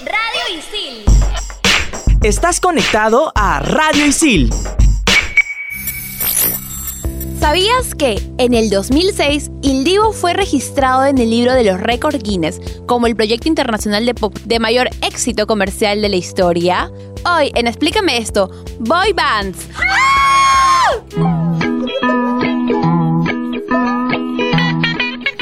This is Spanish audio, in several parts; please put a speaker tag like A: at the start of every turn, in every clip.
A: Radio Isil.
B: Estás conectado a Radio Isil.
C: ¿Sabías que en el 2006 Ildivo fue registrado en el libro de los récords Guinness como el proyecto internacional de pop de mayor éxito comercial de la historia? Hoy en Explícame esto, Boy Bands.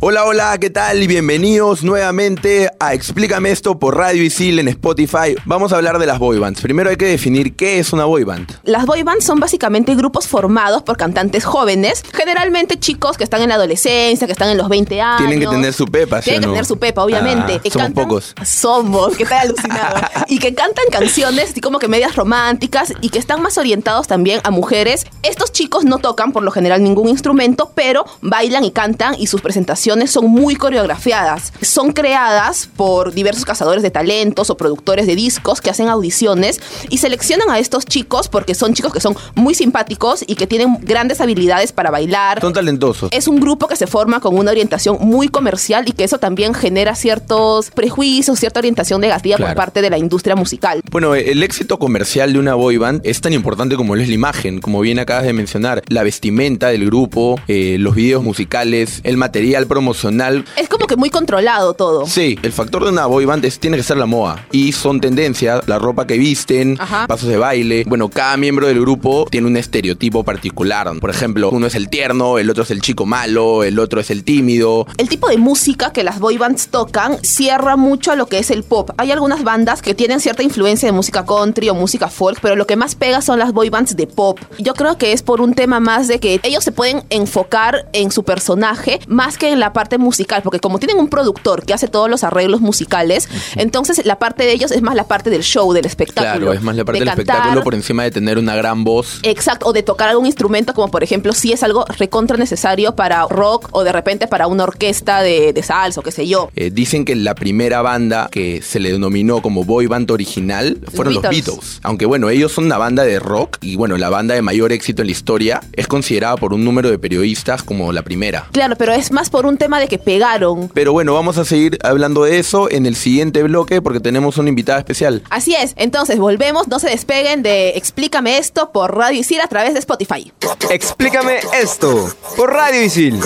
D: Hola, hola, ¿qué tal? Y bienvenidos nuevamente a Explícame esto por Radio Isil en Spotify. Vamos a hablar de las boybands. Primero hay que definir qué es una boyband.
E: Las boy bands son básicamente grupos formados por cantantes jóvenes, generalmente chicos que están en la adolescencia, que están en los 20 años.
D: Tienen que tener su pepa, ¿sí
E: Tienen
D: o
E: que
D: no?
E: tener su pepa, obviamente.
D: Ah,
E: Que
D: somos pocos.
E: Somos, que están alucinados. y que cantan canciones así como que medias románticas y que están más orientados también a mujeres. Estos chicos no tocan por lo general ningún instrumento, pero bailan y cantan y sus presentaciones son muy coreografiadas. Son creadas por diversos cazadores de talentos o productores de discos que hacen audiciones y seleccionan a estos chicos porque son chicos que son muy simpáticos y que tienen grandes habilidades para bailar.
D: Son talentosos.
E: Es un grupo que se forma con una orientación muy comercial y que eso también genera ciertos prejuicios, cierta orientación negativa
D: Claro.
E: por parte de la industria musical.
D: Bueno, el éxito comercial de una boyband es tan importante como lo es la imagen, como bien acabas de mencionar, la vestimenta del grupo, eh, los videos musicales, el material promocional.
E: Es como que muy controlado todo.
D: Sí, el factor de una boyband es tiene que ser la moda y son tendencias, la ropa que visten,
E: Ajá.
D: pasos de baile. Bueno, cada miembro del grupo tiene un estereotipo particular. Por ejemplo, uno es el tierno, el otro es el chico malo, el otro es el tímido.
E: El tipo de música que las boy bands tocan cierra mucho a lo que es el pop. Hay algunas bandas que tienen cierta influencia de música country o música folk, pero lo que más pega son las boy bands de pop. Yo creo que es por un tema más de que ellos se pueden enfocar en su personaje más que en la parte musical, porque como tienen un productor que hace todos los arreglos musicales, entonces la parte de ellos es más la parte del show, del espectáculo.
D: Claro, es más la parte
E: de
D: del
E: cantar,
D: espectáculo por encima de tener una gran voz.
E: Exacto, o de tocar algún instrumento, como por ejemplo, si es algo recontra necesario para rock o de repente para una orquesta de, de salsa o qué sé yo.
D: Eh, dicen que la primera banda que se le denominó como boy band original fueron los
E: Beatles.
D: Beatles. Aunque bueno, ellos son una banda de rock y bueno, la banda de mayor éxito en la historia es considerada por un número de periodistas como la primera.
E: Claro, pero es más por un tema de que pegaron.
D: Pero bueno, vamos a seguir hablando de eso en el siguiente bloque porque tenemos una invitada especial.
E: Así es, entonces volvemos, no se despeguen de Explícame esto por Radio Isil a través de Spotify.
D: Explícame esto por Radio Isil.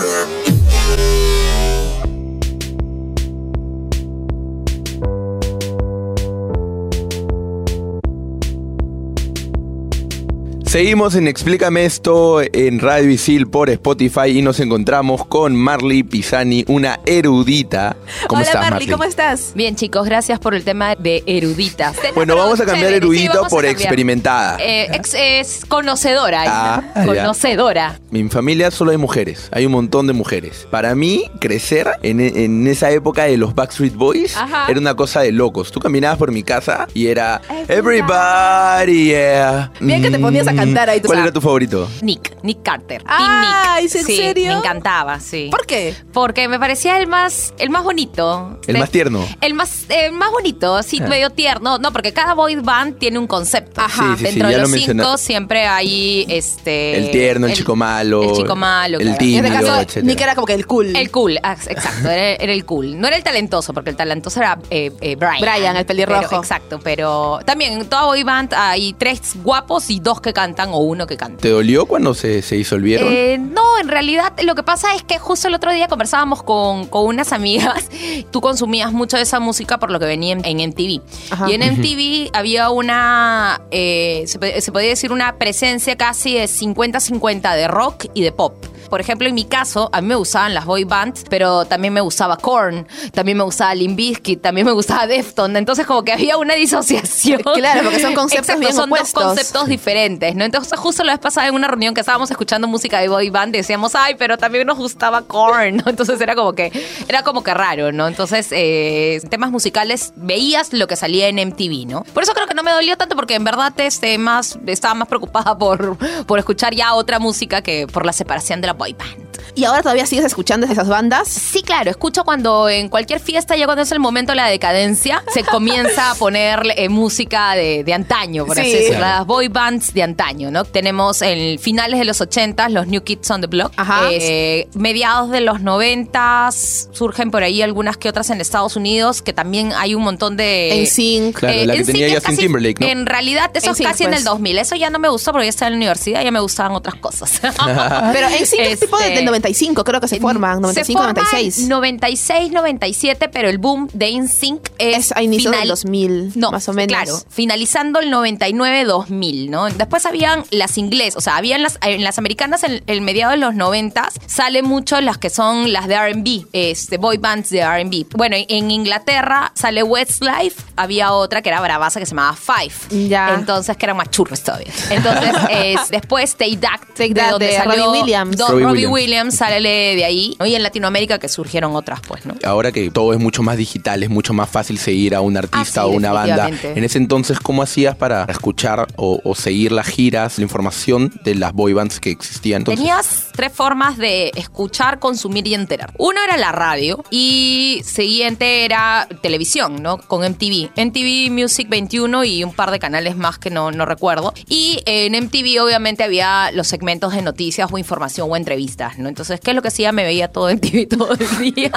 D: Seguimos en Explícame esto en Radio Isil por Spotify y nos encontramos con Marley Pisani, una erudita. ¿Cómo
E: Hola
D: estás,
E: Marley, ¿cómo estás?
F: Bien, chicos, gracias por el tema de eruditas.
D: Bueno, vamos a cambiar
F: Chévere, sí,
D: erudita
F: vamos a
D: por
F: cambiar.
D: experimentada.
F: Eh, ex- es conocedora.
D: Ah,
F: Aina.
D: ya.
F: conocedora.
D: Mi familia solo hay mujeres, hay un montón de mujeres. Para mí, crecer en, en esa época de los Backstreet Boys
F: Ajá.
D: era una cosa de locos. Tú caminabas por mi casa y era Everybody, yeah. Mm.
E: Bien que te ponías a cantar ahí, tú
D: ¿Cuál
E: sabes.
D: era tu favorito?
F: Nick, Nick Carter. Team
E: Ay,
F: Nick.
E: Ah, ¿es en serio?
F: Me encantaba, sí.
E: ¿Por qué?
F: Porque me parecía el más, el más bonito.
D: El
F: De-
D: más tierno.
F: El más, el más bonito, sí,
D: Ah.
F: medio tierno. No, porque cada boy band tiene un concepto.
D: Ajá. Sí, sí, sí,
F: Dentro
D: ya
F: de
D: lo
F: los
D: mencionaste.
F: cinco siempre hay este.
D: El tierno, el chico malo,
F: El chico malo,
D: el
F: claro.
D: tímido.
E: En este caso,
D: etcétera.
E: Nick era como que el cool.
F: El cool, ah, exacto, era, era el cool. No era el talentoso, porque el talentoso era eh, eh, Brian.
E: Brian, el pelirrojo.
F: Pero- exacto, pero también en toda boy band hay tres guapos y dos que cantan o uno que canta.
D: ¿Te dolió cuando se, se disolvieron?
F: Eh, no, en realidad lo que pasa es que justo el otro día conversábamos con, con unas amigas. Tú consumías mucho de esa música por lo que venía en, en MTV.
E: Ajá.
F: Y en MTV había una, eh, se, po- se podía decir una presencia casi de 50-50 de rock y de pop. Por ejemplo, en mi caso, a mí me gustaban las boy bands, pero también me gustaba Korn, también me gustaba Limp Bizkit, también me gustaba Defton. Entonces, como que había una disociación.
E: Claro, porque son conceptos
F: Exacto,
E: bien
F: son
E: opuestos.
F: dos conceptos diferentes, ¿no? Entonces, justo la vez pasada en una reunión que estábamos escuchando música de boy band, decíamos, ay, pero también nos gustaba Korn, ¿no? Entonces, era como que, era como que raro, ¿no? Entonces, eh, temas musicales, veías lo que salía en MTV, ¿no? Por eso creo que no me dolió tanto, porque en verdad este, más, estaba más preocupada por, por escuchar ya otra música que por la separación de la boy band.
E: ¿Y ahora todavía sigues escuchando esas bandas?
F: Sí, claro, escucho cuando en cualquier fiesta, ya cuando es el momento de la decadencia, se comienza a poner eh, música de, de antaño, por así
E: Sí.
F: decirlo, las boy bands de antaño, ¿no? Tenemos en finales de los 80 los New Kids on the Block,
E: Ajá.
F: Eh, mediados de los 90 surgen por ahí algunas que otras en Estados Unidos, que también hay un montón de...
E: En Sync.
D: Claro, la que
F: NSYNC
D: tenía
F: eh, es
D: Justin
F: casi-
D: Timberlake, ¿no?
F: En realidad, eso es
E: NSYNC,
F: casi en el
E: pues.
F: 2000. Eso ya no me gustó porque ya estaba en la universidad, ya me gustaban otras cosas.
D: Ah.
E: Pero en Sync es tipo de-
F: Este-
E: del 95, creo que se forman. 95,
F: se forma
E: 96.
F: 96, 97, pero el boom de InSync es,
E: Es a inicio
F: final-
E: del 2000,
F: No,
E: más o menos.
F: Claro, finalizando el 99-2000, ¿no? Después habían las inglesas, o sea, habían las, eh, en las americanas en el mediado de los 90 sale mucho las que son las de R&B, este, boy bands de R&B. Bueno, en- en Inglaterra sale Westlife, había otra que era bravaza que se llamaba Five.
E: Ya.
F: Entonces, que eran más churros todavía. Entonces, es- después Take That,
E: Take
F: de
E: That
F: donde
E: de
F: salió
E: Robbie Williams.
F: Don-
D: Robbie
F: Robbie
D: Williams.
F: Williams. Williams sale de ahí, ¿no? Y en Latinoamérica que surgieron otras, pues, ¿no?
D: Ahora que todo es mucho más digital, es mucho más fácil seguir a un artista
F: Ah, sí,
D: o una banda.
F: definitivamente.
D: En ese entonces, ¿cómo hacías para escuchar o, o seguir las giras, la información de las boy bands que existían? Entonces,
F: Tenías tres formas de escuchar, consumir y enterar. Uno era la radio y siguiente era televisión, ¿no? Con MTV. MTV Music 21 y un par de canales más que no, no recuerdo. Y en MTV obviamente había los segmentos de noticias o información o entrevistas, ¿no? Entonces, ¿qué es lo que hacía? Me veía todo MTV todo el día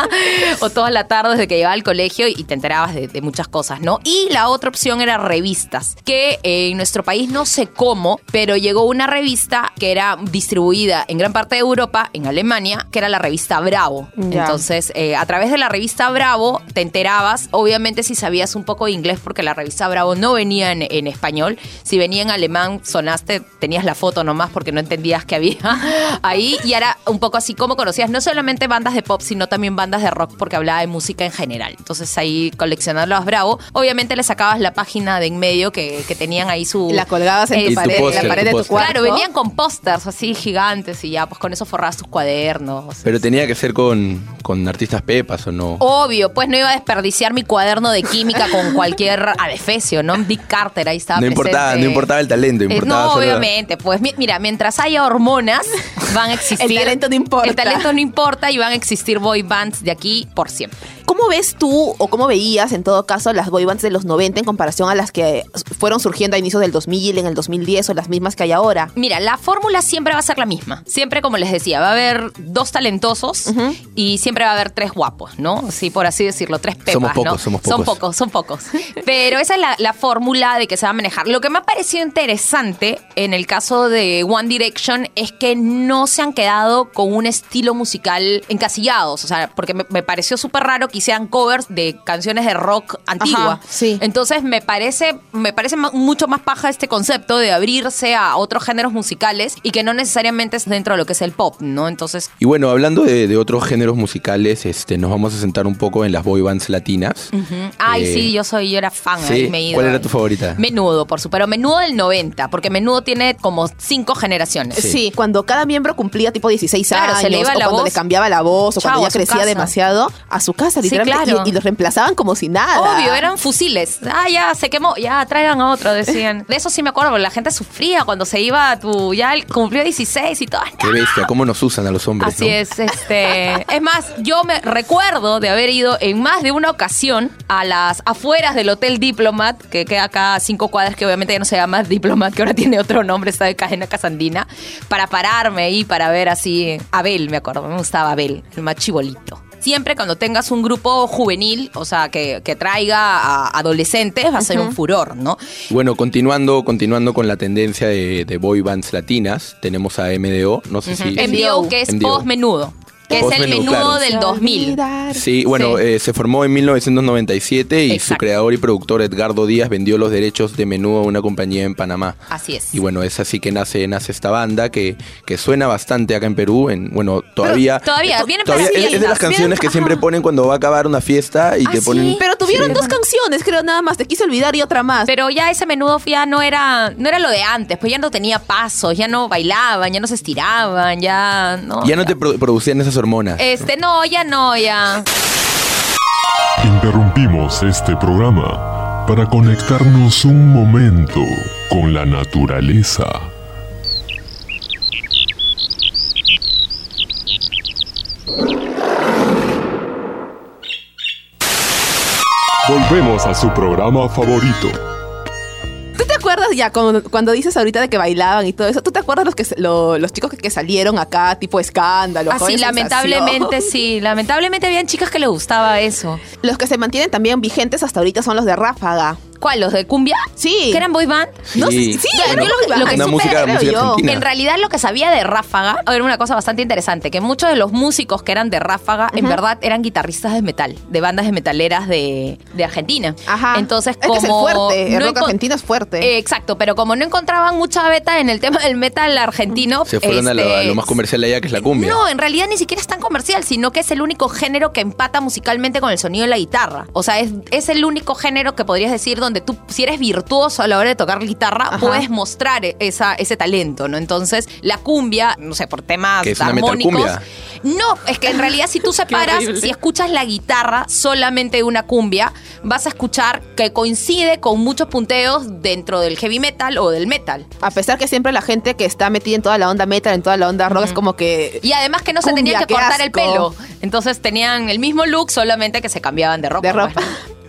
F: o toda la tarde desde que llegaba al colegio y te enterabas de, de muchas cosas, ¿no? Y la otra opción era revistas, que eh, en nuestro país no sé cómo, pero llegó una revista que era distribuida en gran parte de Europa, en Alemania, que era la revista Bravo.
E: Ya.
F: Entonces, eh, a través de la revista Bravo te enterabas, obviamente si sabías un poco de inglés, porque la revista Bravo no venía en, en español, si venía en alemán sonaste, tenías la foto nomás porque no entendías que había ahí, y era un poco así como conocías no solamente bandas de pop, sino también bandas de rock, porque hablaba de música en general. Entonces ahí coleccionar los Bravo, obviamente le sacabas la página de en medio que, que tenían ahí su...
E: La colgabas en
F: Eh,
E: tu
D: Y tu
E: pared,
D: póster,
E: la pared
D: tu
E: de tu
D: póster.
E: cuarto.
F: Claro, venían con pósters así gigantes y ya, pues con eso forrabas tus cuadernos.
D: pero tenía que ser con, con artistas pepas o no.
F: Obvio, pues no iba a desperdiciar mi cuaderno de química con cualquier adefesio, ¿no? Dick Carter ahí estaba
D: no importaba,
F: presente.
D: no importaba el talento,
F: Eh,
D: importaba
F: no,
D: solo la-
F: obviamente, pues mi- mira, mientras haya hormonas van a existir.
E: El talento no importa.
F: El talento no importa y van a existir boy bands de aquí por siempre.
E: ¿Cómo ves tú o cómo veías en todo caso las boy bands de los 90 en comparación a las que fueron surgiendo a inicios del 2000, en el 2010 o las mismas que hay ahora?
F: Mira, la fórmula siempre va a ser la misma. Siempre, como les decía, va a haber dos talentosos y siempre va a haber tres guapos, ¿no? Sí, por así decirlo, tres pepas,
D: Somos pocos,
F: ¿no?
D: somos
F: Son
D: pocos.
F: pocos, son pocos. Pero esa es la, la fórmula de que se va a manejar. Lo que me ha parecido interesante en el caso de One Direction es que no se han quedado con un estilo musical encasillados. O sea, porque me, me pareció súper raro que hicieran covers de canciones de rock antigua.
E: Ajá, sí.
F: Entonces me parece, me parece ma- mucho más paja este concepto de abrirse a otros géneros musicales y que no necesariamente es dentro de lo que es el pop, ¿no? Entonces,
D: Y bueno, hablando de, de otros géneros musicales, este, nos vamos a sentar un poco en las boy bands latinas.
F: mm, ay,
D: Eh,
F: sí, yo soy, yo era fan,
D: sí.
F: ahí me he ido.
D: ¿Cuál era tu favorita?
F: Menudo, por supuesto, pero menudo del 90, porque menudo tiene como cinco generaciones.
E: Sí. cuando cada miembro cumplía tipo 16
F: Claro,
E: años,
F: se le iba
E: o
F: la
E: cuando
F: voz.
E: le cambiaba la voz, o
F: Chao,
E: cuando
F: a
E: ya
F: su
E: crecía
F: casa.
E: demasiado, a su casa literalmente,
F: claro.
E: y, y los reemplazaban como si nada.
F: Obvio, eran fusiles. Ah, ya, se quemó. Ya, traigan a otro, decían. De eso sí me acuerdo, porque la gente sufría cuando se iba a tu... Ya él cumplió 16 y todo.
D: Qué bestia, cómo nos usan a los hombres.
F: Así
D: ¿no?
F: es, este. Es más, yo me recuerdo de haber ido en más de una ocasión a las afueras del Hotel Diplomat, que queda acá a cinco cuadras, que obviamente ya no se llama Diplomat, que ahora tiene otro nombre, está de cadena casandina, para pararme ahí, para ver así. Abel, me acuerdo, me gustaba Abel, el machibolito. Siempre cuando tengas un grupo juvenil, o sea, que, que traiga a adolescentes, va a ser un furor, ¿no?
D: Bueno, continuando, continuando con la tendencia de, de boy bands latinas, tenemos a MDO, no sé si...
F: MDO, que es
D: MDO.
F: post menudo. que es el
D: Postmenú, claro.
F: menudo del 2000.
D: Sí, bueno,
F: Sí.
D: eh, se formó en 1997 y su
F: Exacto.
D: creador y productor Edgardo Díaz vendió los derechos de menú a una compañía en Panamá.
F: Así es.
D: Y bueno, es así que nace, nace esta banda que, que suena bastante acá en Perú. En, bueno, todavía.
F: todavía,
D: to-
F: vienen
D: todavía-
F: para
D: es, es de las
F: fiestas,
D: canciones
E: vienen-
D: que siempre
E: ajá.
D: ponen cuando va a acabar una fiesta y
A: ¿Ah,
D: te ponen.
A: sí?
E: Pero tuvieron
D: Sí.
E: dos canciones, creo, nada más. Te quise olvidar y otra más.
F: Pero ya ese menudo ya no era, no era lo de antes, pues ya no tenía pasos, ya no bailaban, ya no se estiraban, ya no.
D: Ya no te pro- producían esas hormonas.
F: Este, no, ya no, ya.
G: Interrumpimos este programa para conectarnos un momento con la naturaleza. Volvemos a su programa favorito.
E: ¿Tú te acuerdas ya cuando, cuando dices ahorita de que bailaban y todo eso? ¿Tú te acuerdas los que lo- los chicos que, que salieron acá tipo escándalo?
F: Así,
E: Joven Sensación?
F: Ah, lamentablemente, sí. Lamentablemente habían chicas que les gustaba eso.
E: Los que se mantienen también vigentes hasta ahorita son los de Ráfaga.
F: ¿Cuál? ¿Los de cumbia?
E: Sí.
F: ¿Que eran boy band?
E: No sé,
D: Sí.
E: sí,
F: Yo
E: eran
F: lo-
E: boy band.
F: lo que
D: Una supe, música- creo música yo. argentina.
F: En realidad lo que sabía de Ráfaga era una cosa bastante interesante, que muchos de los músicos que eran de Ráfaga en verdad eran guitarristas de metal, de bandas de metaleras de, de Argentina.
E: Ajá.
F: Entonces,
E: es
F: como
E: que es el fuerte, el
F: no
E: rock
F: encon-
E: argentino es fuerte.
F: Eh, exacto, pero como no encontraban mucha beta en el tema del metal argentino,
D: Se fueron a, la-
F: este,
D: a lo más comercial allá que es la cumbia.
F: No, en realidad ni siquiera es tan comercial, sino que es el único género que empata musicalmente con el sonido de la guitarra. O sea, es, es el único género que podrías decir donde tú, si eres virtuoso a la hora de tocar guitarra,
E: Ajá.
F: puedes mostrar e-, esa, ese talento, ¿no? Entonces, la cumbia, no sé, por temas
D: Que es una
F: armónicos.
D: metalcumbia.
F: No, es que en realidad si tú separas, si escuchas la guitarra solamente de una cumbia, vas a escuchar que coincide con muchos punteos dentro del heavy metal o del metal.
E: a pesar que siempre la gente que está metida en toda la onda metal, en toda la onda rock, es como que...
F: Y además que no se
E: Cumbia,
F: tenían que
E: qué
F: cortar el
E: asco.
F: pelo. Entonces tenían el mismo look, solamente que se cambiaban de ropa.
E: De ropa.
F: pues.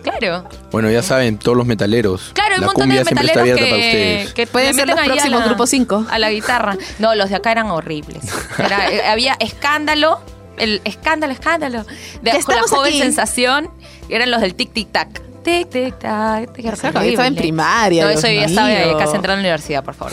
F: Claro.
D: Bueno, ya saben, todos los metaleros.
F: Claro, hay un
D: la
F: montón de
D: cumbia siempre está
F: metaleros
D: abierta para
F: que,
D: ustedes.
F: que
E: Pueden
F: le
E: ser
F: meten
E: los
F: ahí a
E: próximos
F: la-
E: Grupo Cinco.
F: A la guitarra. No, los de acá eran horribles. Era- eh, había escándalo, el escándalo, escándalo. De
E: Que
F: con la
E: estamos
F: joven
E: aquí.
F: sensación, eran los del tic tic tac. Tic tic tac. tic,
E: Eso
F: era
E: cuando yo estaba en
F: horrible.
E: primaria,
F: No,
E: Dios
F: eso yo ya estaba eh,
E: mío.
F: casi entrando a la universidad, por favor.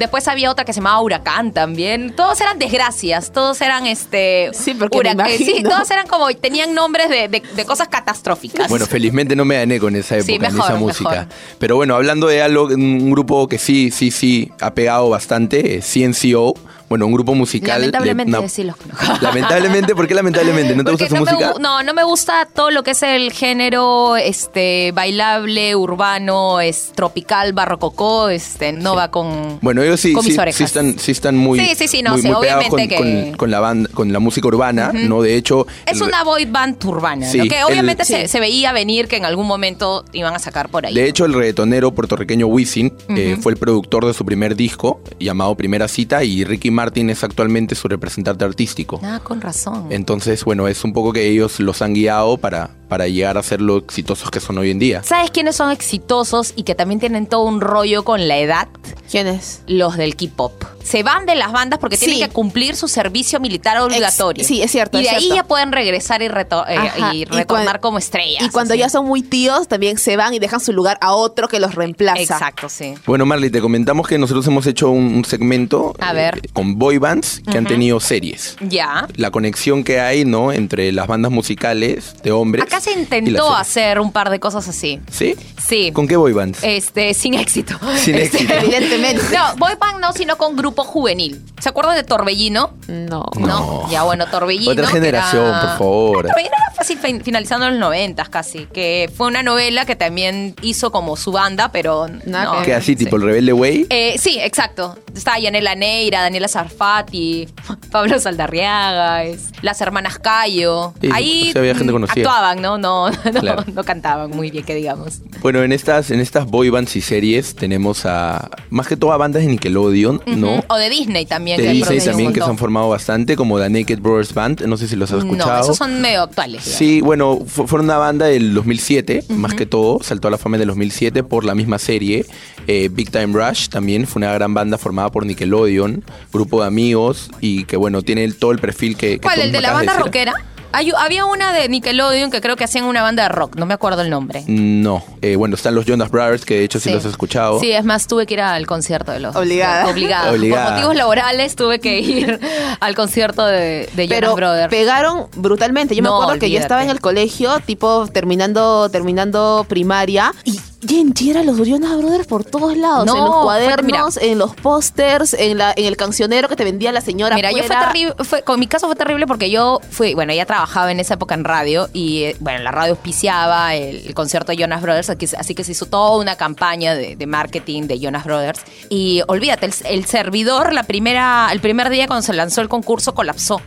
F: Después había otra que se llamaba Huracán también. Todos eran desgracias, todos eran este.
E: Sí, porque me
F: huracanes. Sí,
E: imagino.
F: todos eran como. Tenían nombres de, de- de cosas catastróficas.
D: Bueno, felizmente no me gané con esa época,
F: Sí,
D: ni
F: mejor,
D: esa música.
F: mejor.
D: Pero bueno, hablando de algo, un grupo que sí, sí, sí ha pegado bastante, eh, CNCO. Bueno, un grupo musical. de-
F: Lamentablemente,
D: no.
F: yo sí los conozco.
D: Lamentablemente, ¿por qué lamentablemente? ¿No te
F: Porque
D: gusta su
F: no me
D: música?
F: gu- no, no me gusta todo lo que es el género este bailable, urbano, es tropical, barrococó, este, no va con
D: Bueno, ellos sí,
F: con mis
D: sí,
F: orejas.
D: sí están, sí están muy,
F: Sí, sí, sí, no,
D: muy,
F: sí,
D: muy pegados con,
F: obviamente que-
D: con- con la banda, con la música urbana, ¿no? De hecho,
F: Es
D: el-
F: una boy band urbana,
D: Sí,
F: ¿no? que
D: el-
F: obviamente se,
D: sí.
F: se veía venir que en algún momento iban a sacar por ahí.
D: De hecho, el reggaetonero puertorriqueño Wisin eh, fue el productor de su primer disco, llamado Primera Cita, y Ricky Martin es actualmente su representante artístico.
F: Ah, con razón.
D: Entonces, bueno, es un poco que ellos los han guiado para, para llegar a ser lo exitosos que son hoy en día.
F: ¿Sabes quiénes son exitosos y que también tienen todo un rollo con la edad?
E: ¿Quién es?
F: Los del K-pop. Se van de las bandas porque
E: Sí.
F: tienen que cumplir su servicio militar obligatorio.
E: sí, es cierto,
F: Y de
E: es
F: ahí
E: cierto.
F: ya pueden regresar y, reto- eh,
E: Ajá,
F: y
E: y cuan-
F: retornar como estrellas.
E: Y cuando
F: así.
E: ya son muy tíos, también se van y dejan su lugar a otro que los reemplaza.
F: Exacto, sí.
D: Bueno, Marley, te comentamos que nosotros hemos hecho un, un segmento eh,
F: A ver.
D: con boy bands que han tenido series.
F: Ya.
D: La conexión que hay, ¿no? Entre las bandas musicales de hombres.
F: Acá se
D: y las
F: intentó
D: series.
F: hacer un par de cosas así.
D: ¿Sí?
F: Sí.
D: ¿Con qué boy bands?
F: Este, sin éxito.
D: Sin
F: Este,
D: éxito.
E: Evidentemente.
F: No, boy band no, sino con grupo juvenil. ¿Se acuerdan de Torbellino?
E: No.
F: No. Ya bueno, Torbellino.
D: Otra
F: que
D: generación,
F: era-
D: por favor.
F: Torbellino era fácil fin- finalizando los noventas casi, que fue una novela que también hizo como su banda, pero
E: Nada
F: no,
E: que ver.
D: Que así,
F: sí.
D: tipo el rebelde güey.
F: Eh, sí, exacto. Estaba Yanela Neira, Daniela Sarfati, Pablo Saldarriaga, es- las hermanas Cayo.
D: Sí,
F: Ahí
D: sí, había gente
F: mm,
D: conocida.
F: actuaban, ¿no? No, no,
D: Claro.
F: no cantaban muy bien, que digamos.
D: Bueno, en estas, en estas boy bands y series tenemos a, más que todo a bandas de Nickelodeon, ¿no?
F: O de Disney también.
D: De
F: que de
D: Disney
F: pronto
D: también, que se han
F: montón.
D: formado bastante, como The Naked Brothers Band, no sé si los has escuchado.
F: No, esos son medio actuales.
D: Sí, bueno, fu- fueron una banda del 2007, más que todo, saltó a la fama en el 2007 por la misma serie. Eh, Big Time Rush también fue una gran banda formada por Nickelodeon, grupo de amigos y que bueno, tiene el- todo el perfil que... que
F: ¿Cuál?
D: tú
F: ¿El de
D: misma
F: la
D: acabas
F: banda
D: decir.
F: rockera? Hay- había una de Nickelodeon que creo que hacían una banda de rock, no me acuerdo el nombre.
D: No. Eh, bueno, están los Jonas Brothers, que de hecho sí, los he escuchado.
F: Sí, es más, tuve que ir al concierto de los.
E: Obligada.
F: Obligada.
D: Obligada.
F: Por motivos laborales tuve que ir al concierto de, de Jonas
E: Pero
F: Brothers.
E: pegaron brutalmente. Yo me
F: No,
E: acuerdo que yo
F: olvídate.
E: estaba en el colegio, tipo terminando terminando primaria, y Genji era los Jonas Brothers por todos lados.
F: No,
E: en los
F: fue-
E: cuadernos, en los pósters, en, la- en el cancionero que te vendía la señora.
F: Mira, yo fue
E: afuera.
F: terrible, fue- con mi caso fue terrible porque yo fui, bueno, ya trabajaba en esa época en radio y, eh, bueno, la radio auspiciaba el, el concierto de Jonas Brothers, aquí- así que se hizo toda una campaña de, de marketing de Jonas Brothers. Y olvídate, el, el servidor, la primera, el primer día cuando se lanzó el concurso colapsó,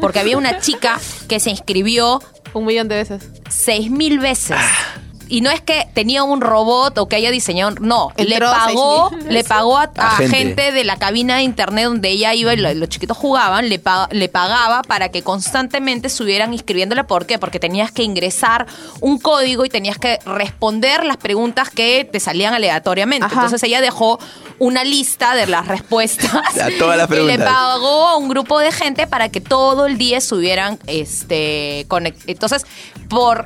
F: porque había una chica que se inscribió
E: Un millón de veces.
F: seis mil veces. Y no es que tenía un robot o que haya diseñado, un- no, le
E: Entró
F: pagó,
E: 6.000.
F: le pagó a, a
D: A gente.
F: gente. de la cabina de internet donde ella iba y lo- los chiquitos jugaban, le, pa- le pagaba para que constantemente estuvieran inscribiéndola. ¿Por qué? Porque tenías que ingresar un código y tenías que responder las preguntas que te salían aleatoriamente.
E: Ajá.
F: Entonces ella dejó una lista de las respuestas.
D: A todas las
F: y le
D: preguntas.
F: pagó pagó a un grupo de gente para que todo el día estuvieran este conect- entonces por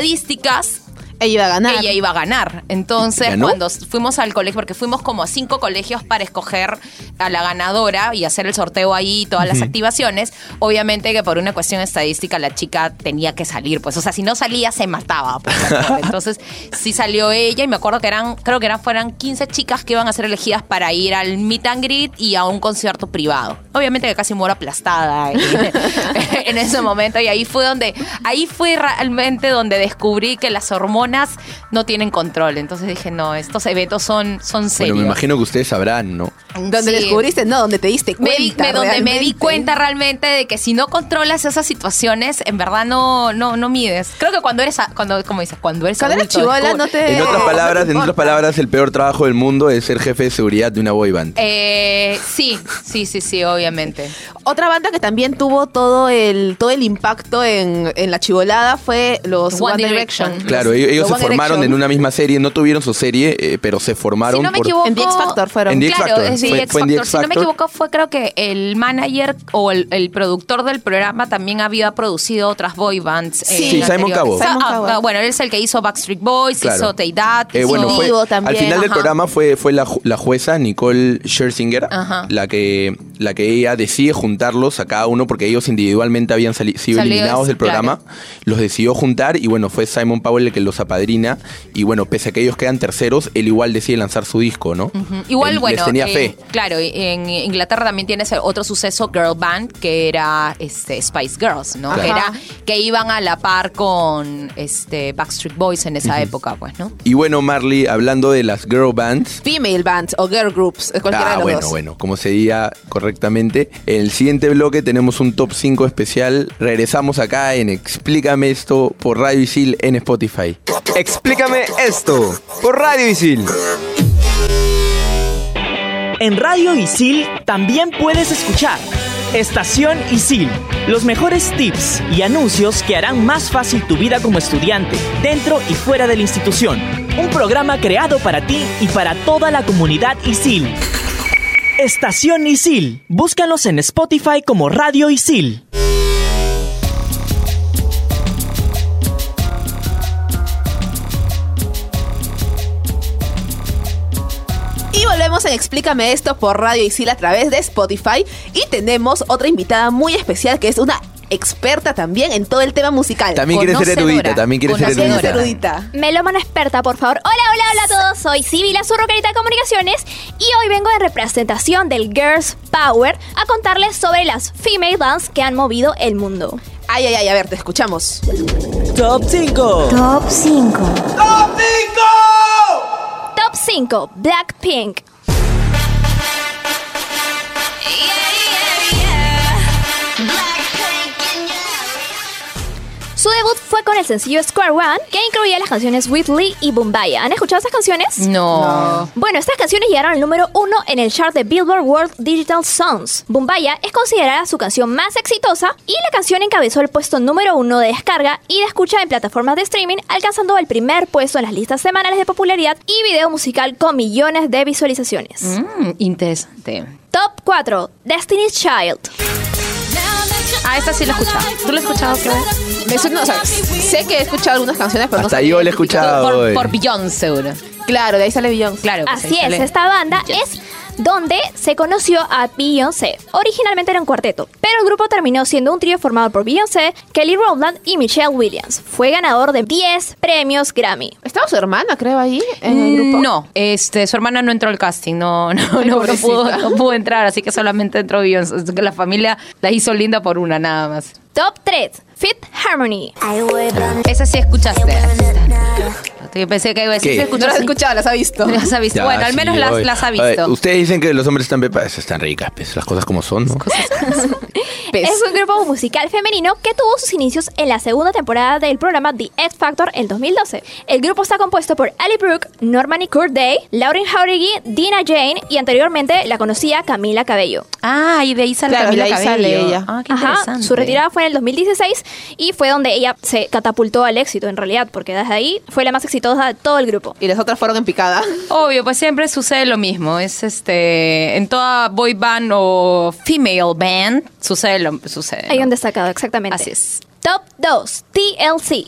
F: estadísticas
E: Ella iba a ganar.
F: ella iba a ganar. Entonces,
D: ¿Ganó?
F: cuando s- fuimos al colegio, porque fuimos como a cinco colegios para escoger a la ganadora y hacer el sorteo ahí y todas las activaciones, obviamente que por una cuestión estadística la chica tenía que salir, pues, o sea, si no salía se mataba. pues, la pobre. Entonces, sí salió ella y me acuerdo que eran, creo que eran, fueran 15 chicas que iban a ser elegidas para ir al meet and greet y a un concierto privado. Obviamente que casi muero aplastada en, en ese momento y ahí fue donde, ahí fue realmente donde descubrí que las hormonas no tienen control. Entonces dije, no, estos eventos son, son
D: Bueno,
F: serios.
D: me imagino que ustedes sabrán, ¿no?
E: Donde
F: Sí.
E: descubriste, no, donde te diste
F: Me
E: cuenta.
F: di- me- donde me di
E: realmente.
F: cuenta realmente de que si no controlas esas situaciones, en verdad no, no, no mides. Creo que cuando eres, a- cuando, como dices, cuando eres
E: Cuando eres
F: adulto,
E: chivola,
F: descubres-
E: no te.
D: En otras
E: no
D: palabras,
E: te
D: en otras
E: importa.
D: palabras, el peor trabajo del mundo es ser jefe de seguridad de una boy band.
F: Eh, sí, sí, sí, sí, obviamente.
E: Otra banda que también tuvo todo el, todo el impacto en, en la chivolada fue los One,
F: One
E: Direction.
F: Direction.
D: Claro, ellos, ellos se
E: Los One
D: formaron
E: Direction.
D: en una misma serie, no tuvieron su serie, eh, pero se formaron
F: si no me
D: por-
F: equivoco,
E: En The X Factor fueron.
D: En The X
F: claro,
D: Factor,
F: es The
D: fue-
F: X
D: fue en The
F: Factor.
D: X
F: Si no me
D: Factor.
F: equivoco, fue creo que el manager o el, el productor del programa también había producido otras boy bands. eh,
D: Sí, Simon
F: anteriores.
D: Cowell.
F: Sa-
E: Simon
F: ah,
E: Cowell.
F: ah, bueno, él es el que hizo Backstreet Boys,
D: Claro.
F: hizo Teidad,
D: Eh, bueno, fue-
E: Vivo también,
D: al final del
E: ajá.
D: programa fue, fue la, ju- la jueza Nicole Scherzinger
F: Ajá.
D: la que, la que ella decide juntarlos a cada uno porque ellos individualmente habían sali- sido
F: Salido,
D: eliminados del
F: claro.
D: programa. Los decidió juntar y bueno, fue Simon Powell el que los apadrina. Y bueno, pese a que ellos quedan terceros, él igual decide lanzar su disco, ¿no?
F: Igual,
D: Él les
F: bueno,
D: tenía
F: eh,
D: fe.
F: claro, y en Inglaterra también tienes otro suceso, Girl Band, que era este, Spice Girls, ¿no?
D: Claro.
F: Que, era, que iban a la par con este, Backstreet Boys en esa época, pues, ¿no?
D: Y bueno, Marley, hablando de las girl bands.
E: Female bands o girl groups, eh, cualquiera de
D: Ah,
E: los
D: bueno,
E: dos.
D: bueno, como se diga correctamente. En el siguiente bloque tenemos un top 5 especial. Regresamos acá en Explícame esto por Radio Isil en Spotify.
H: Explícame esto por Radio Isil.
B: En Radio Isil también puedes escuchar Estación Isil, los mejores tips y anuncios que harán más fácil tu vida como estudiante, dentro y fuera de la institución. Un programa creado para ti y para toda la comunidad Isil. Estación Isil, búscanos en Spotify como Radio Isil.
E: Y volvemos en Explícame esto por Radio Isil a través de Spotify. Y tenemos otra invitada muy especial que es una experta también en todo el tema musical.
D: También quieres ser
F: Conocedora.
D: erudita, también quieres ser
F: Conocedora.
D: erudita.
E: erudita.
A: Melómana experta, por favor. Hola, hola, hola a todos. Soy Sibyl Azurro, Carita Comunicaciones, y hoy vengo en representación del Girls Power a contarles sobre las female bands que han movido el mundo.
E: Ay, ay, ay, a ver, te escuchamos.
B: Top 5.
A: Top 5. ¡Top 5! Top 5. Blackpink. Su debut fue con el sencillo Square One, que incluía las canciones Whitley y Bumbaya. ¿Han escuchado esas canciones?
F: No.
A: Bueno, estas canciones llegaron al número uno en el chart de Billboard World Digital Songs. Bumbaya es considerada su canción más exitosa y la canción encabezó el puesto número uno de descarga y de escucha en plataformas de streaming, alcanzando el primer puesto en las listas semanales de popularidad y video musical con millones de visualizaciones.
F: Mm, interesante.
A: Top 4. Destiny's
I: Now
A: Child.
I: that you're
F: Ah, esta sí la he escuchado. ¿Tú la has escuchado, Clara?
E: Me suena- o sea, sé que he escuchado algunas canciones, pero no
D: Hasta
E: sé.
D: yo la he escuchado.
F: Por,
D: eh.
F: por Beyoncé, seguro.
E: Claro, de ahí sale Beyoncé.
F: Claro. pues ahí
A: Así es,
F: sale.
A: esta banda es donde se conoció a Beyoncé. Originalmente era un cuarteto, pero el grupo terminó siendo un trío formado por Beyoncé, Kelly Rowland y Michelle Williams. Fue ganador de 10 premios Grammy.
E: Estaba su hermana, creo, ahí en el grupo.
F: No, este, su hermana no entró al casting, no, no,
E: Ay,
F: no, no
E: pobrecita.
F: pudo, no pudo entrar, así que solamente entró Beyoncé. Es que La familia la hizo linda por una, nada más.
A: Top 3, Fit Harmony.
F: Esa sí escuchaste. Yo pensé que iba a decir,
D: ¿Qué?
F: "Sí
E: No
F: escuchaste".
E: las he escuchado, las ha visto.
F: No las ha visto.
D: Ya,
F: bueno, al
D: sí,
F: menos las,
D: oye.
F: las ha
D: A ver,
F: visto.
D: ustedes dicen que los hombres están pepas, están ricas, pues, las cosas como son, ¿no?
E: Pez.
A: Es un grupo musical femenino que tuvo sus inicios en la segunda temporada del programa The X Factor en 2012. El grupo está compuesto por Ali Brooke, Norman y Kurt Day, Lauren Jauregui, Dina Jane y anteriormente la conocía Camila Cabello.
F: Ah, y de ahí sale
E: Claro,
F: Camila
E: de ahí
F: Cabello.
E: sale ella.
F: Ah, qué
A: Ajá,
F: interesante.
A: su retirada fue en el 2016 y fue donde ella se catapultó al éxito en realidad, porque desde ahí fue la más exitosa de todo el grupo.
E: Y las otras fueron en picada.
F: Obvio, pues siempre sucede lo mismo. Es este. En toda boy band o female band sucede lo sucede.
A: Hay
F: ¿no?
A: un destacado, exactamente.
F: Así es.
A: Top 2, TLC.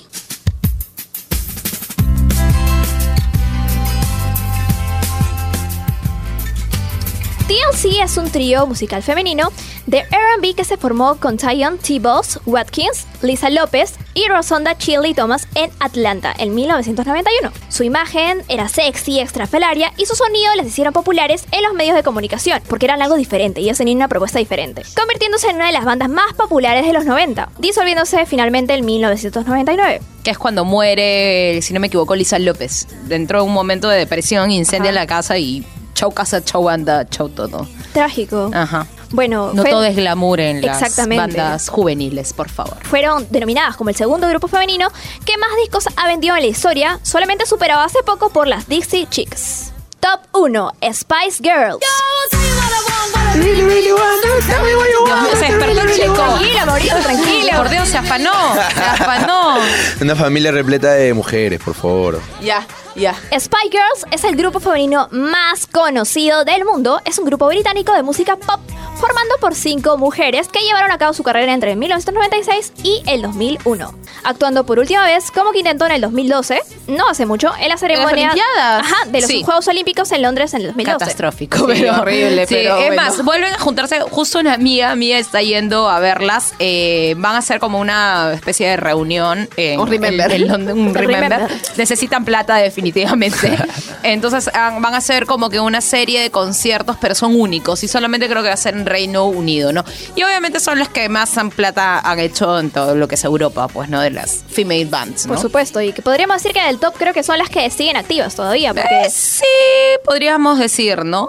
A: TLC es un trío musical femenino de R&B que se formó con Tyon T. Boss, Watkins, Lisa López y Rosonda Chili Thomas en Atlanta en 1991. Su imagen era sexy, extrafelaria y su sonido les hicieron populares en los medios de comunicación porque eran algo diferente y hacían una propuesta diferente, convirtiéndose en una de las bandas más populares de los 90, disolviéndose finalmente en 1999.
F: Que es cuando muere, si no me equivoco, Lisa López. Dentro de un momento de depresión, incendia la casa y chau casa, chau banda, chau todo.
A: Trágico.
F: Ajá.
A: Bueno,
F: Ah. No
A: fue-
F: todo es glamour en las
A: Exactamente.
F: bandas juveniles, por favor.
A: fueron denominadas como el segundo grupo femenino que más discos ha vendido en la historia, solamente superado hace poco por las Dixie Chicks. Top 1, Spice Girls.
F: Dios mío, se despertó el chico.
A: Tranquilo, Mauricio, tranquilo.
F: Por Dios, se afanó. Se afanó.
D: Una familia repleta de mujeres, por favor.
E: Ya, ya.
A: Spice Girls es el grupo femenino más conocido del mundo. Es un grupo británico de música pop formando por cinco mujeres que llevaron a cabo su carrera entre 1996 y el 2001. Actuando por última vez como quinteto en el 2012, no hace mucho, en la ceremonia
E: Olimpiadas.
A: Ajá, de los
F: Sí.
A: Juegos Olímpicos en Londres en el 2012.
F: Catastrófico,
E: Sí,
F: pero
E: horrible,
F: Sí,
E: pero
F: es
E: bueno.
F: más, vuelven a juntarse. Justo una amiga mía está yendo a verlas. eh, van a hacer como una especie de reunión. en-
E: Un remember.
F: en- en Londres, un remember.
A: Remember.
F: Necesitan plata, definitivamente. Entonces ah, van a hacer como que una serie de conciertos, pero son únicos. Y solamente creo que va a ser en Reino Unido, ¿no? Y obviamente son las que más han plata han hecho en todo lo que es Europa, pues, ¿no? De las female bands, ¿no?
A: Por supuesto, y que podríamos decir que del top creo que son las que siguen activas todavía, porque
F: Eh, sí, podríamos decir, ¿no?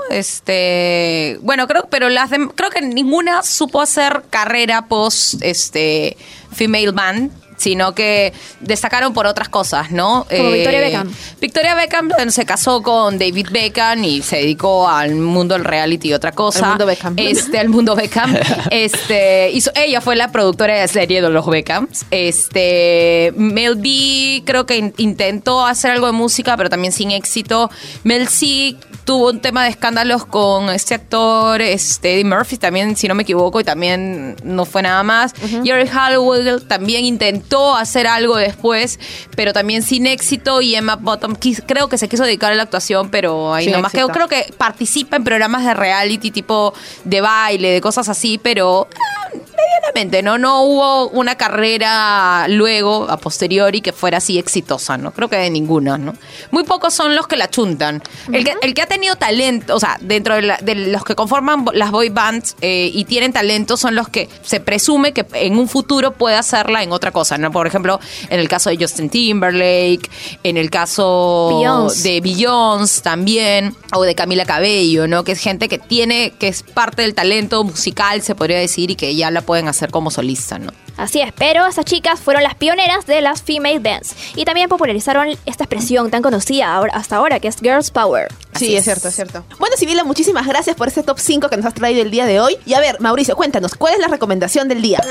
F: Este, bueno, creo, pero las dem- creo que ninguna supo hacer carrera post este female band, sino que destacaron por otras cosas, ¿no? Eh,
A: Como Victoria Beckham.
F: Victoria Beckham bueno, se casó con David Beckham y se dedicó al mundo del reality y otra cosa.
E: Al mundo Beckham.
F: Este, al mundo Beckham. Este, hizo, ella fue la productora de la serie de los Beckhams. Este, Mel B creo que in- intentó hacer algo de música, pero también sin éxito. Mel C tuvo un tema de escándalos con este actor, este, Eddie Murphy también, si no me equivoco, y también no fue nada más. Jerry Hallowell también intentó hacer algo después, pero también sin éxito. Y Emma Bottom quis- creo que se quiso dedicar a la actuación, pero ahí
E: Sin
F: nomás
E: éxito.
F: quedó. Creo que participa en programas de reality tipo de baile, de cosas así, pero ah, medianamente, ¿no? No hubo una carrera luego, a posteriori, que fuera así exitosa, ¿no? Creo que de ninguna, ¿no? Muy pocos son los que la chuntan. El que, el que ha tenido talento, o sea, dentro de, la- de los que conforman bo- las boy bands eh, y tienen talento son los que se presume que en un futuro puede hacerla en otra cosa, ¿no? Por ejemplo, en el caso de Justin Timberlake, en el caso
A: Beyoncé.
F: de Beyoncé también, o de Camila Cabello, ¿no? Que es gente que tiene, que es parte del talento musical, se podría decir, y que ya la pueden hacer como solista, ¿no?
A: así es, pero esas chicas fueron las pioneras de las female bands y también popularizaron esta expresión tan conocida ahora- hasta ahora que es Girls Power.
E: Sí, es. cierto, es cierto. Bueno, Sibila, muchísimas gracias por ese top 5 que nos has traído el día de hoy. Y a ver, Mauricio, cuéntanos, ¿cuál es la recomendación del día?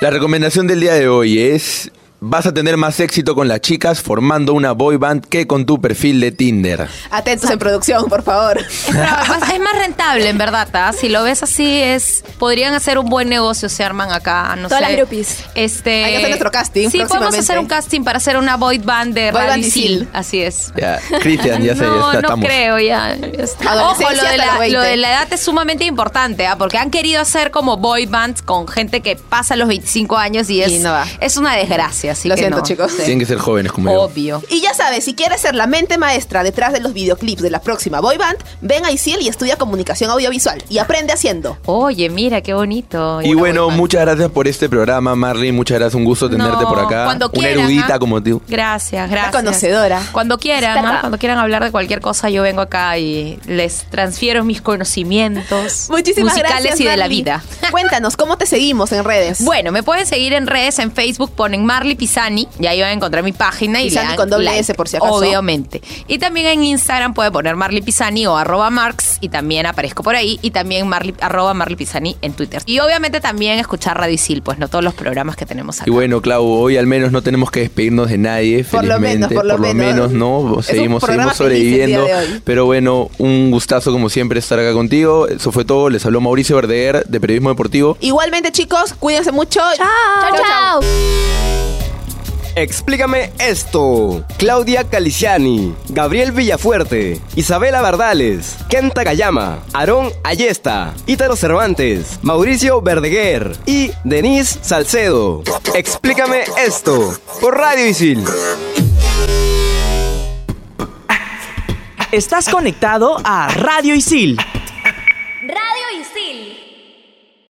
D: La recomendación del día de hoy es Vas a tener más éxito con las chicas formando una boy band que con tu perfil de Tinder.
E: Atentos en producción, por favor.
F: Es más- es más rentable, en verdad, ¿tá? Si lo ves así, es podrían hacer un buen negocio, se arman acá, no
A: Todas
F: sé.
A: las groupies.
F: Este,
E: Hay que hacer nuestro casting
F: Sí, podemos
E: próximamente.
F: hacer un casting para hacer una boy band de
E: Boy
F: Radio
E: band
F: Isil.
E: Isil.
F: Así es.
D: Ya, Cristian, ya sé, ya
F: no,
D: está,
F: no
D: estamos.
F: creo ya. ya está.
E: Adolescencia
F: Ojo, lo de,
E: hasta
F: la,
E: los 20.
F: lo de la edad es sumamente importante, ¿ah? porque han querido hacer como boy bands con gente que pasa los 25 años y es,
E: Y no va.
F: es una desgracia. Así
E: Lo
F: que
E: siento,
F: no.
E: chicos.
D: Tienen que ser jóvenes como yo.
F: Obvio.
E: Y ya sabes, si quieres ser la mente maestra detrás de los videoclips de la próxima boy band, ven a ICIEL y estudia comunicación audiovisual y aprende haciendo.
F: Oye, mira, qué bonito.
D: Y
F: Una
D: bueno,
F: boy band.
D: muchas gracias por este programa, Marley. Muchas gracias, un gusto tenerte
F: No,
D: por acá.
F: Cuando quieran,
D: Una erudita
F: ¿ah?
D: como tú.
F: Gracias, gracias.
E: conocedora.
F: Cuando quieran, ¿ah? cuando quieran hablar de cualquier cosa, yo vengo acá y les transfiero mis conocimientos
E: Muchísimas
F: musicales
E: gracias.
F: y de la
E: Marley.
F: vida.
E: Cuéntanos, ¿cómo te seguimos en redes?
F: Bueno, me pueden seguir en redes, en Facebook ponen Marley Pisani, y ahí van a encontrar mi página. y le
E: Pisani
F: dan
E: con doble
F: like,
E: S, por si acaso.
F: Obviamente. Y también en Instagram pueden poner Marley Pisani o arroba Marx, y también aparezco por ahí, y también Marley, arroba Marley Pisani en Twitter. Y obviamente también escuchar Radio Isil, pues no todos los programas que tenemos acá.
D: Y bueno, Clau, hoy al menos no tenemos que despedirnos de nadie,
E: Por lo
D: felizmente.
E: menos, por lo menos.
D: no,
E: Es un
D: seguimos,
E: programa
D: seguimos
E: feliz el día de
D: sobreviviendo.
E: hoy.
D: Pero bueno, un gustazo como siempre estar acá contigo. Eso fue todo. Les habló Mauricio Verdeguer de Periodismo Deportivo.
E: Igualmente, chicos, cuídense mucho.
A: Chao, chao.
H: Explícame esto. Claudia Caliciani, Gabriel Villafuerte, Isabela Bardales, Kenta Gayama, Aarón Ayesta, Ítalo Cervantes, Mauricio Verdeguer y Denise Salcedo. Explícame esto por Radio Isil.
B: Estás conectado a Radio Isil